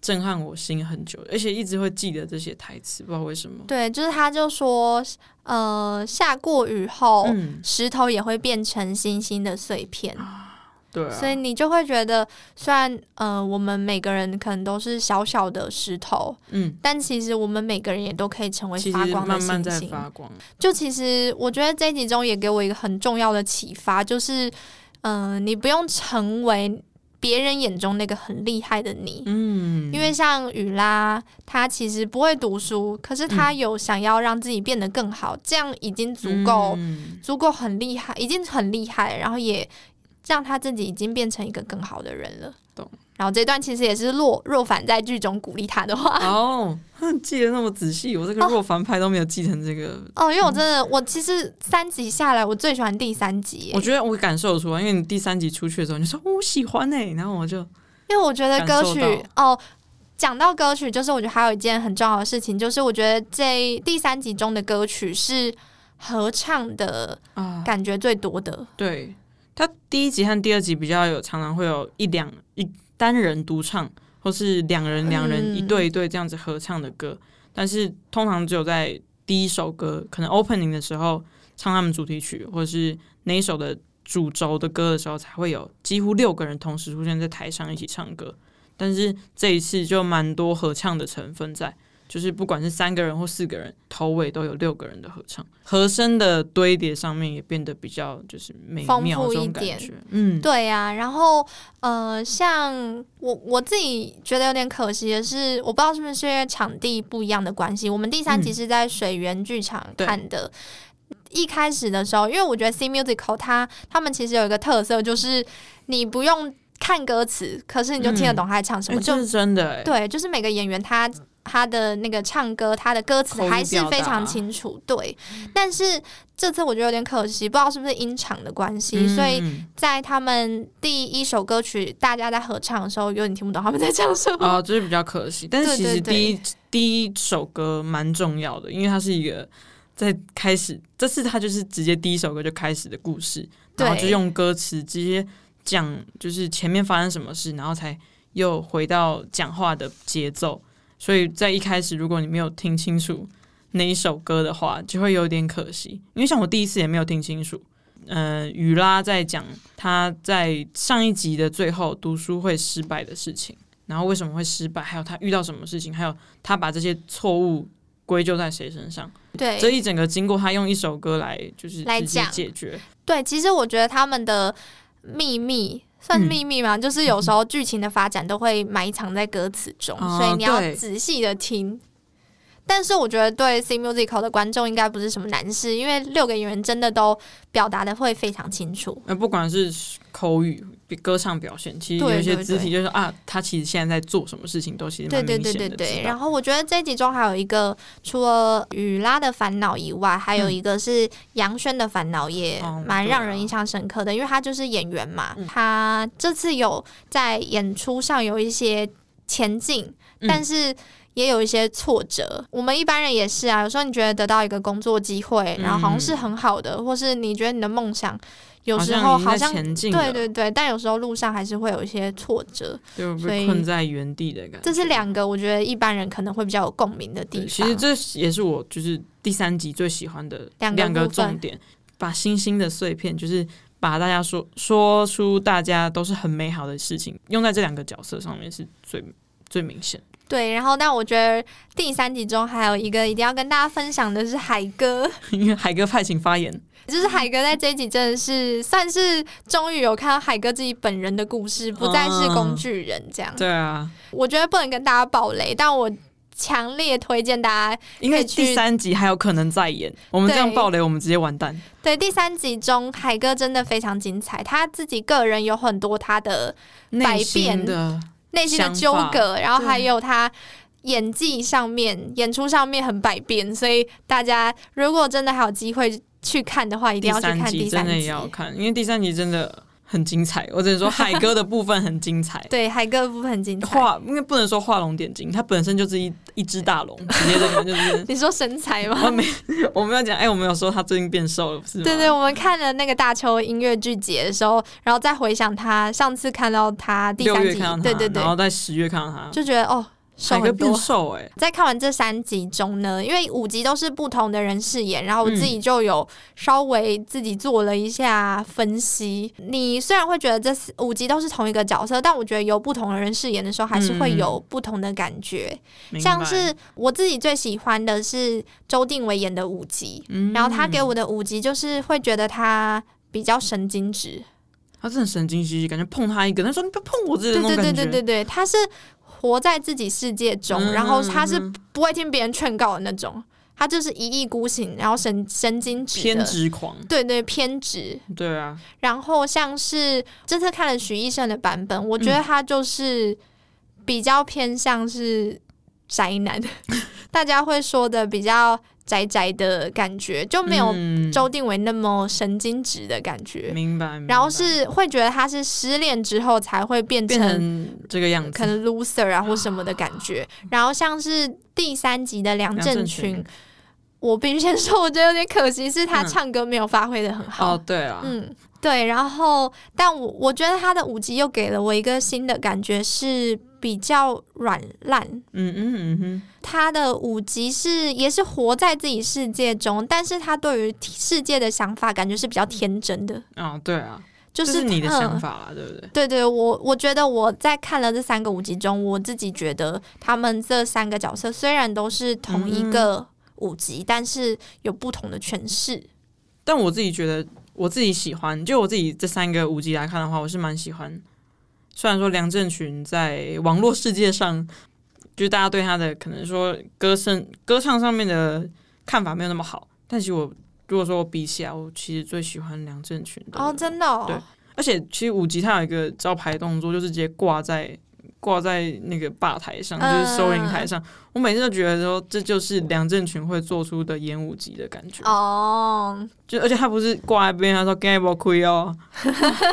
震撼我心很久，而且一直会记得这些台词，不知道为什么。
对，就是他就说，呃，下过雨后，
嗯，
石头也会变成星星的碎片，
对、啊，
所以你就会觉得，虽然呃，我们每个人可能都是小小的石头，
嗯，
但其实我们每个人也都可以成为
其实
发光的
慢慢
星
在
星。
发光。
就其实我觉得这一集中也给我一个很重要的启发，就是，嗯、你不用成为别人眼中那个很厉害的你，
嗯，
因为像雨拉，她其实不会读书，可是
嗯
她有想要让自己变得更好，这样已经足够，
嗯
足够很厉害，已经很厉害，然后也让他自己已经变成一个更好的人了。
懂。
然后这段其实也是若若凡在剧中鼓励他的 话。
哦，记得那么仔细，我这个若凡拍都没有记成这个。
哦，因为我真的，我其实三集下来，我最喜欢第三集耶
我，觉得我感受得出来，因为你第三集出去的时候，你说、哦我喜欢哎、然后我就
因为我觉得歌曲
感受
哦。讲到歌曲，就是我觉得还有一件很重要的事情，就是我觉得这第三集中的歌曲是合唱的
啊，
感觉最多的。
对，他第一集和第二集比较有，常常会有一两一单人独唱，或是两人两人
嗯
一对一对这样子合唱的歌，但是通常只有在第一首歌，可能 opening 的时候唱他们主题曲，或者是那一首的主轴的歌的时候，才会有几乎六个人同时出现在台上一起唱歌。但是这一次就蛮多合唱的成分在，就是不管是三个人或四个人，头尾都有六个人的合唱，和声的堆叠上面也变得比较就是美
丰
妙
富
这
一
种感
点
觉。嗯，
对呀、然后呃，像我我自己觉得有点可惜的是，我不知道是不是因为场地不一样的关系，我们第三集
嗯
是在水源剧场
对
看的。一开始的时候，因为我觉得 C musical 它他们其实有一个特色，就是你不用看歌词，可是你就听得懂他在唱什
哎
么，就
这是真的、欸，
对，就是每个演员他他的那个唱歌，他的歌词
口语
还是
表达嗯
非常清楚。对，但是这次我觉得有点可惜，不知道是不是音场的关系，
嗯
所以
嗯
在他们第一首歌曲大家在合唱的时候，有点听不懂他们在唱什么。
哦，这是比较可惜。但是
对
其
对
实
对
第一第一首歌蛮重要的，因为它是一个在开始，这次它就是直接第一首歌就开始的故事，然后
对
就用歌词直接讲，就是前面发生什么事，然后才又回到讲话的节奏。所以在一开始，如果你没有听清楚那一首歌的话，就会有点可惜。因为像我第一次也没有听清楚，呃，雨拉在讲他在上一集的最后读书会失败的事情，然后为什么会失败，还有他遇到什么事情，还有他把这些错误归咎在谁身上，
对，
这一整个经过他用一首歌来就是
来
直接
讲
解决，
对，其实我觉得他们的秘密算是
嗯
秘密嘛，就是有时候剧情的发展都会埋藏在歌词中，
哦
所以你要
对
仔细的听。但是我觉得对 C musical 的观众应该不是什么难事，因为六个演员真的都表达的会非常清楚。
那不管是口语、歌唱表现，其实有一些
对对
肢体就是啊，他其实现在在做什么事情都其实
对
蛮
对
明
对
显的
对
知
对。
道
然后我觉得这集中还有一个，除了雨拉的烦恼以外，还有一个是杨轩的烦恼，也
嗯哦
蛮
对
让
啊嗯
人印象深刻的，因为他就是演员嘛，他这次有在演出上有一些前进，
嗯
但是。也有一些挫折，我们一般人也是啊。有时候你觉得得到一个工作机会，然后好像是很好的，或是你觉得你的梦想，有时候好
嗯好
像
像已经在前进
对
了
对对，但有时候路上还是会有一些挫折。
就
所以
被困在原地的感觉。
这是两个我觉得一般人可能会比较有共鸣的地
对
方。
其实这也是我就是第三集最喜欢的
两个
两个
部分
重点，把星星的碎片，就是把大家说说出大家都是很美好的事情，用在这两个角色上面是最最明显。
对，然后但我觉得第三集中还有一个一定要跟大家分享的是海哥，
因为海哥派请发言，
就是海哥在这一集真的是算是终于有看到海哥自己本人的故事，不再是工具人这样。
嗯对啊，
我觉得不能跟大家爆雷，但我强烈推荐大家
因为
可以去
第三集还有可能再演，我们这样
对
爆雷，我们直接完蛋。
对第三集中海哥真的非常精彩，他自己个人有很多他的百
内
变
心的
内心的
想
纠
法
葛，然后
对
还有他演技上面、演出上面很百变，所以大家如果真的还有机会去看的话，一定
第
要去
三
看
集
第
真
三
的也
集。，
要看，因为第三集真的很精彩。我只能说海哥的部分很精彩
对，海哥的部分很精彩。。
画因为不能说画龙点睛，它本身就是一一只大龙，直接这边就是
你说身材
我
吗？
没，啊我们要讲，哎、我们有说他最近变瘦了，不是吗？
对对，我们看了那个大邱音乐剧节的时候，然后再回想他上次看到他第
六
三
月
集
看到他，，
对对对
然，后在十月看到他，
就觉得哦，瘦
海哥
很多
变。瘦、哎，
在看完这三集中呢，因为五集都是不同的人饰演，然后我自
嗯
己就有稍微自己做了一下分析。你虽然会觉得这四五集都是同一个角色，但我觉得由不同的人饰演的时候，还是会有不同的感觉。
嗯明白
像是我自己最喜欢的是周定伟演的五集，
嗯
然后他给我的五集就是会觉得他比较神经质，
他真的神经兮兮，感觉碰他一个，他说你不要碰我之类的
对
那种
对
感
对
觉，
对对对，他是活在自己世界中，
嗯
然后他是
嗯嗯
不会听别人劝告的那种。他就是一意孤行，然后神神经质的
偏，执狂，
对对偏执。
对啊，
然后像是这次看了徐医生的版本，我觉得他就是比较偏向是宅男，大家会说的比较宅宅的感觉，就没有
嗯
周定伟那么神经质的感觉。
明白，明白
然后是会觉得他是失恋之后才会变
变
成
成这个样
可
子，
能 loser 啊或什么的感觉。然后像是第三集的梁
梁
振
振
群
群，
我必须先说，我觉得有点可惜，是他
嗯
唱歌没有发挥的很好。
哦，对啊，
嗯，对。然后，但我我觉得他的舞集又给了我一个新的感觉，是比较软烂。
嗯嗯嗯哼，
他的舞集是也是活在自己世界中，但是他对于世界的想法感觉是比较天真的，
啊，对啊，
就
这
是
你的想
嗯
法啦，对不对？
对对，我我觉得我在看了这三个舞集中，我自己觉得他们这三个角色虽然都是同
嗯
一个舞集，但是有不同的诠释。
但我自己觉得，我自己喜欢，就我自己这三个五集来看的话，我是蛮喜欢。虽然说梁振群在网络世界上，就是大家对他的可能说歌声、歌唱上面的看法没有那么好，但其实我如果说我比起来，我其实最喜欢梁振群的
哦，真的、哦，
对而且其实五级它有一个招牌动作，就是直接挂在挂在那个吧台上，
嗯
就是收银台上。我每次都觉得说，这就是梁振群会做出的演舞级的感觉。
哦，
就而且他不是挂在边，他说今天不亏 哦，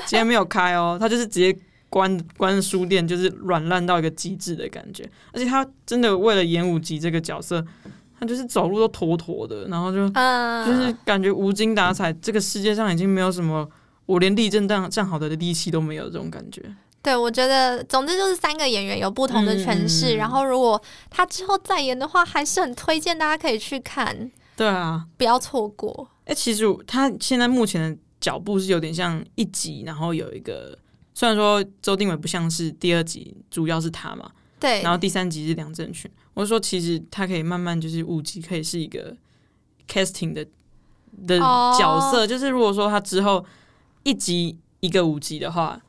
今天没有开哦，他就是直接关关书店，就是软烂到一个极致的感觉。而且他真的为了演舞级这个角色，他就是走路都妥妥的，然后就
嗯，
就是感觉无精打采，这个世界上已经没有什么我连立正站站好的力气都没有这种感觉。
对，我觉得，总之就是三个演员有不同的诠释。
嗯
然后，如果他之后再演的话，还是很推荐大家可以去看，
对啊，
不要错过。
哎、其实我他现在目前的脚步是有点像一集，然后有一个虽然说周定伟不像是第二集，主要是他嘛，
对，
然后第三集是梁振群。我说其实他可以慢慢就是五集可以是一个 casting 的的
哦
角色，就是如果说他之后一集一个五集的话，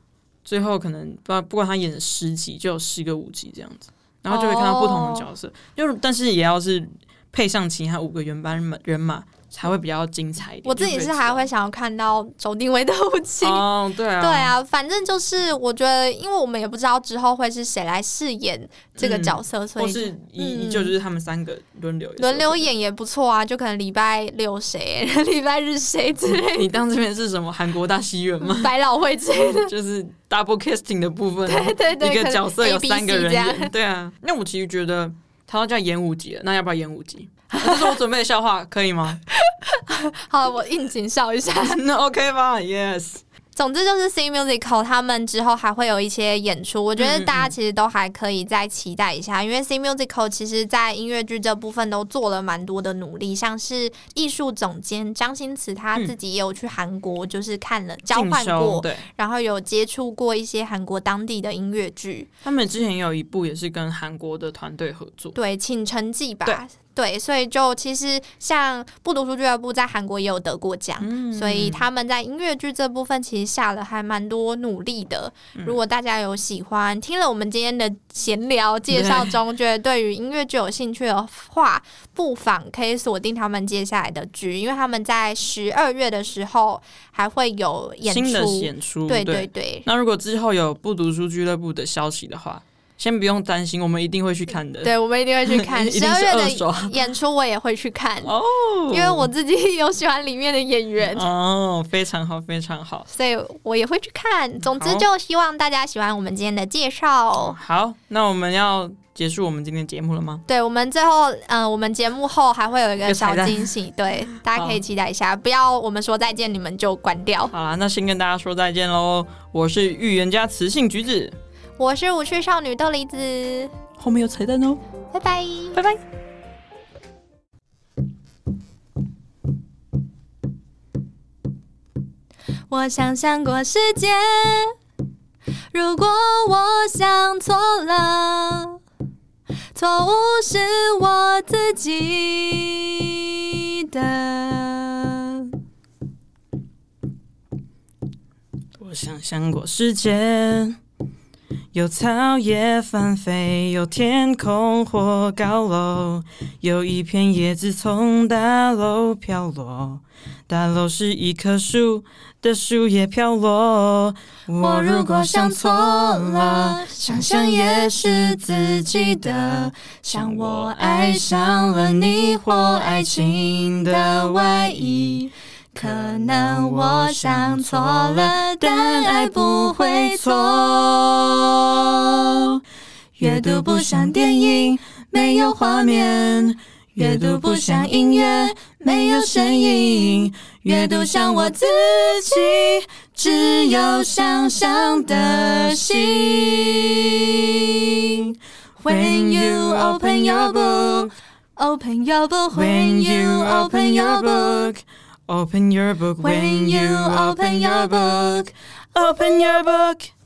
最后可能不不管他演十集就有十个五集这样子，然后就会看到不
哦
同的角色，就是但是也要是配上其他五个原班人马才会比较精彩一点。
我自己是还会想要看到周定威的武器。
就会知道哦，对啊，
对，啊，反正就是我觉得，因为我们也不知道之后会是谁来饰演这个角色，所
嗯或
以
是一、
嗯
就是他们三个轮流也是
轮
有
流
可能。
演也不错啊。就可能礼拜六谁，礼拜日谁之类
你当这边是什么韩国大戏院吗？
的，百老汇之类的。
就是 double casting 的部分，然后
对对，
一
可
个
能
角色
A
有
B
三个
C
人
这样。
演， 对啊。那我其实觉得他要叫演五集了，那要不要演五集？ 这是我准备的笑话，可 以吗？
好，我应景笑一下。
那 OK 吧，Yes。
总之就是 C Musical 他们之后还会有一些演出，我觉
嗯
得大家其实都还可以再期待一下，因为 C Musical 其实在音乐剧这部分都做了蛮多的努力，像是艺术总监张新慈他自己也有去韩国，就是看了交换
嗯进修
过，
对，
然后有接触过一些韩国当地的音乐剧，
他们之前有一部也是跟韩国的团队合作，
对《请成绩》吧，
对
对，所以就其实像不读书俱乐部在韩国也有得过奖，
嗯
所以他们在音乐剧这部分其实下了还蛮多努力的。
嗯
如果大家有喜欢听了我们今天的闲聊介绍中，觉得对于音乐剧有兴趣的话，不妨可以锁定他们接下来的剧，因为他们在十二月的时候还会有演
新的
出。
演出，
对对
对。
对
那如果之后有不读书俱乐部的消息的话，先不用担心，我们一定会去看的。
对，我们一定会去看
一
十
定
二
是
月
二
的
手
演出，我也会去看。
哦，
因为我自己有喜欢里面的演员，
哦，非常好，非常好。
所以我也会去看。总之，
嗯好嗯
就希望大家喜欢我们今天的介绍。
好，那我们要结束我们今天的节目了吗？
对我们最后，嗯、我们节目后还会有一
一
个
个
小
彩蛋
惊喜， 对，大家可以
好
期待一下。不要我们说再见，你们就关掉。
好啦，那先跟大家说再见喽。我是预言家雌性橘子，
我是无趣少女豆梨子，
后面有彩蛋哦。
拜拜。
拜拜。
我想象过世界，如果我想错了，错误是我自己的。
我想象过世界，有草野翻飞，有天空或高楼，有一片叶子从大楼飘落。大楼是一棵树的树叶飘落。我如果想错了，想象也是自己的。像我爱上了你或爱情的外衣，
可能我想错了，但爱不会错。
阅读不像电影，没有画面；阅读不像音乐，没有声音；阅读像我自己，只有想象的心。
When
When
you
you
open
open
your
your
book,
book,
open your book.
when you open your book, open your book,
when
when
you
you
open
open
your
your book, open your book.